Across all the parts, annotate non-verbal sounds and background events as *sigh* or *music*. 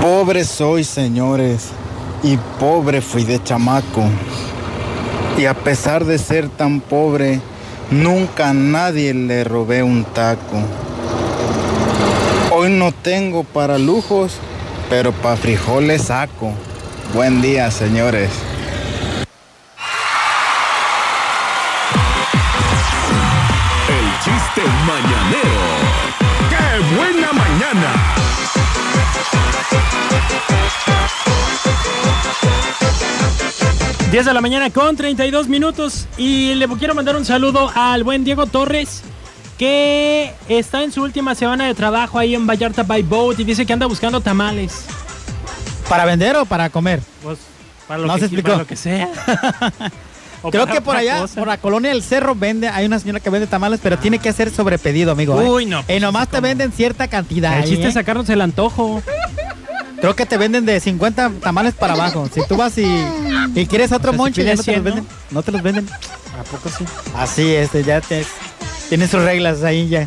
Pobre soy, señores, y pobre fui de chamaco. Y a pesar de ser tan pobre, nunca a nadie le robé un taco. Hoy no tengo para lujos, pero para frijoles saco. Buen día, señores. El chiste mañanero. ¡Qué buena mañana! Diez 10 de la mañana con 32 minutos y le quiero mandar un saludo al buen Diego Torres que está en su última semana de trabajo ahí en Vallarta by Boat y dice que anda buscando tamales. ¿Para vender o para comer? Pues, para lo No que, se qui- explicó. para lo que *laughs* sea. O Creo para que por otra allá, cosa. por la colonia del cerro, vende. Hay una señora que vende tamales, pero tiene que hacer sobrepedido, amigo. ¿eh? Uy, no, pues, y nomás así te como- venden cierta cantidad. El ahí, chiste ¿eh? es sacarnos el antojo. Creo que te venden de 50 tamales para abajo. Si tú vas y, y quieres otro O sea, si moncho, ya pides no te los 100, ¿no? venden. No te los venden. ¿A poco sí? Así, este, ya te, tienen sus reglas ahí ya.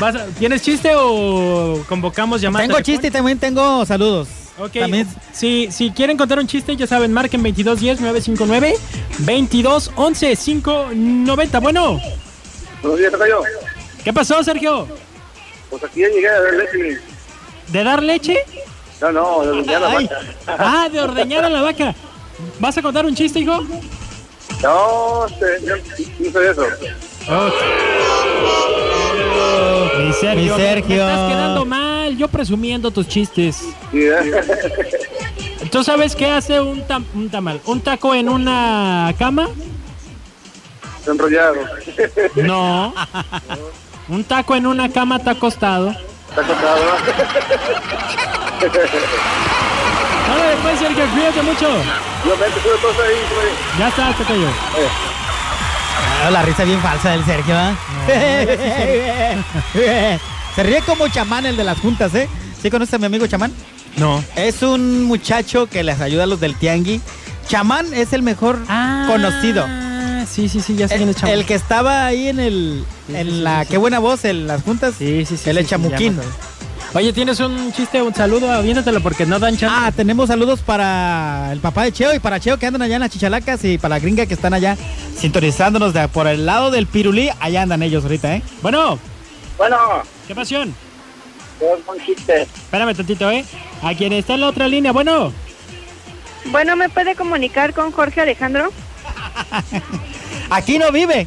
¿Vas a- ¿Tienes chiste o convocamos llamada? Tengo chiste y también tengo saludos. Ok, También si, si quieren contar un chiste, ya saben, marquen 2210-959, 2211-590. Bueno, Buenos días, Tocayo. ¿qué pasó, Sergio? Pues aquí ya llegué a ver Leslie. ¿De dar leche? No, no, ya la Ay. vaca. Ah, de ordeñar a la vaca. ¿Vas a contar un chiste, hijo? No, este, yo no sé de eso. Mi Sergio. Mi Sergio. Me estás quedando mal, yo presumiendo tus chistes. Sí, ¿eh? ¿Tú sabes qué hace un, tam- un tamal? ¿Un taco en una cama? Enrollado. No. Un taco en una cama está acostado. Está contado, ¿no? Hola, después, pues, Sergio, cuídate mucho. Yo me sube todo ahí. sube. Ya está, te cayó. Ah, la risa bien falsa del Sergio, ¿ah? *laughs* Se ríe como chamán el de las juntas, ¿eh? ¿Sí conoces a mi amigo chamán? No. Es un muchacho que les ayuda a los del tiangui. Chamán es el mejor Ah. conocido. Sí, sí, sí, ya sé quién El, es Chamuquín. el que estaba ahí en el Sí, en sí, sí, la sí, qué sí. buena voz en las juntas. Sí, sí, sí. El sí, de sí, Chamuquín. ya me acordé. Oye, ¿tienes un chiste, un saludo? Aviéntatelo porque no dan chance. Ah, tenemos saludos para el papá de Cheo y para Cheo que andan allá en las chichalacas y para la gringa que están allá sintonizándonos de- por el lado del pirulí. Allá andan ellos ahorita, ¿eh? Bueno, Bueno, qué pasión. todo es un chiste. Espérame tantito, ¿eh? A quien está en la otra línea, bueno. Bueno, ¿me puede comunicar con Jorge Alejandro? Aquí no vive.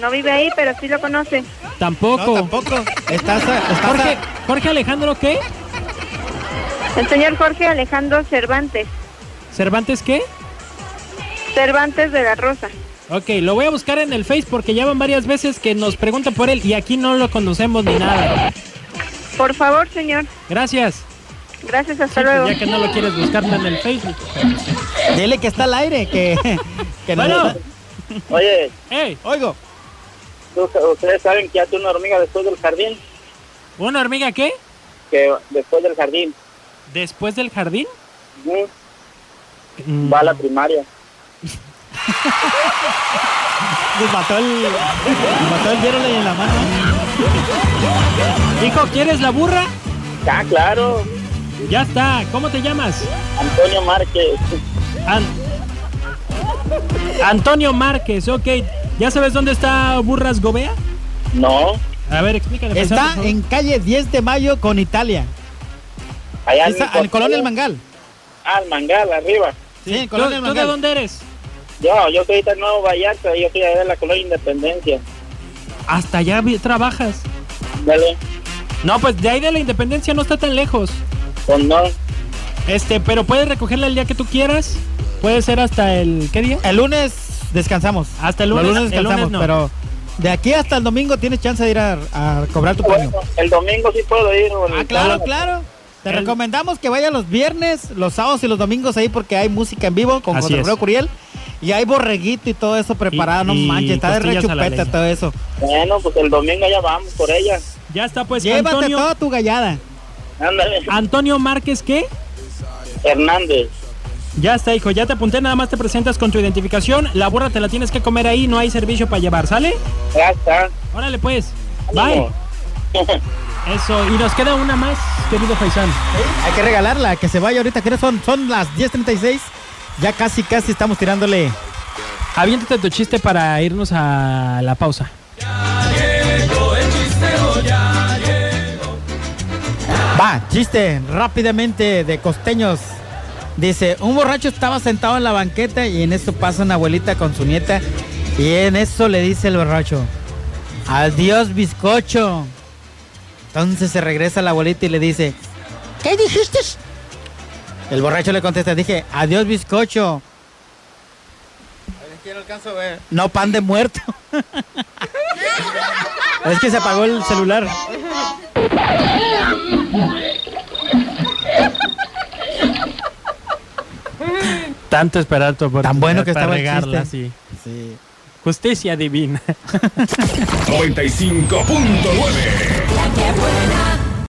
No vive ahí, pero sí lo conoce. Tampoco. No, tampoco. Estás, a- estás a- Jorge, Jorge Alejandro, ¿qué? El señor Jorge Alejandro Cervantes. ¿Cervantes qué? Cervantes de la Rosa. Ok, lo voy a buscar en el Face porque ya van varias veces que nos preguntan por él y aquí no lo conocemos ni nada. Por favor, señor. Gracias. Gracias, Sí, hasta pues, luego. ya que no lo quieres buscar en el Facebook. Dile que está al aire, que, que nos- Bueno, Oye, ¡Ey! Oigo, ¿ustedes saben que hace una hormiga después del jardín? ¿Una hormiga qué? Que después del jardín ¿Después del jardín? va a la primaria. nos mató el. Nos mató el diérole en la mano. Hijo, ¿quieres la burra? Ah, claro. Ya está. ¿Cómo te llamas? Antonio Márquez. An- Antonio Márquez, ok. ¿Ya sabes dónde está Burras Gobea? No, A ver, explícale. Está Fernando, por favor. en calle 10 de mayo con Italia. allá Ah, Está en Colonia El Mangal. Al Mangal, arriba. Sí, en ¿Tú- Colonia El ¿Tú, de Mangal. dónde eres? Yo, yo soy de Nuevo Vallarta, yo soy de la Colonia Independencia. Hasta allá vi- trabajas. Dale, No, pues de ahí de la Independencia no está tan lejos. con no. Este, pero puedes recogerla el día que tú quieras. Puede ser hasta el ¿qué día? El lunes descansamos. Hasta el Los lunes, el lunes descansamos, no. pero de aquí hasta el domingo tienes chance de ir a, a cobrar tu premio. Bueno, el domingo sí puedo ir. Ah, bueno, claro, ya. claro. Te El- recomendamos que vayas los viernes, los sábados y los domingos ahí porque hay música en vivo con Así José es. Alfredo Curiel y hay borreguito y todo eso preparado, no y manches, está de costillas a la rechupeta leña. todo eso. Bueno, pues el domingo ya vamos por ella. Ya está pues Llévate Antonio toda tu gallada. Ándale, Ah. Antonio Márquez, ¿qué? Hernández. Ya está, hijo, ya te apunté, nada más te presentas con tu identificación. La burra te la tienes que comer ahí, no hay servicio para llevar, ¿sale? Ya está. Órale pues. Bye. Ánimo. Eso, y nos queda una más, querido Faisán. Hay que regalarla, que se vaya ahorita, que son, son las 10.36. Ya casi, casi estamos tirándole. Aviéntate tu chiste para irnos a la pausa. Va, chiste, rápidamente de costeños. Dice, un borracho estaba sentado en la banqueta y en eso pasa una abuelita con su nieta y en eso le dice el borracho, adiós bizcocho. Entonces se regresa la abuelita y le dice, ¿qué dijiste? El borracho le contesta, dije, adiós bizcocho. No pan de muerto. es que se apagó el celular. Tanto esperar tu oportunidad Tan bueno que para estaba el regarla, chiste. sí. Sí. Justicia divina. 95.9.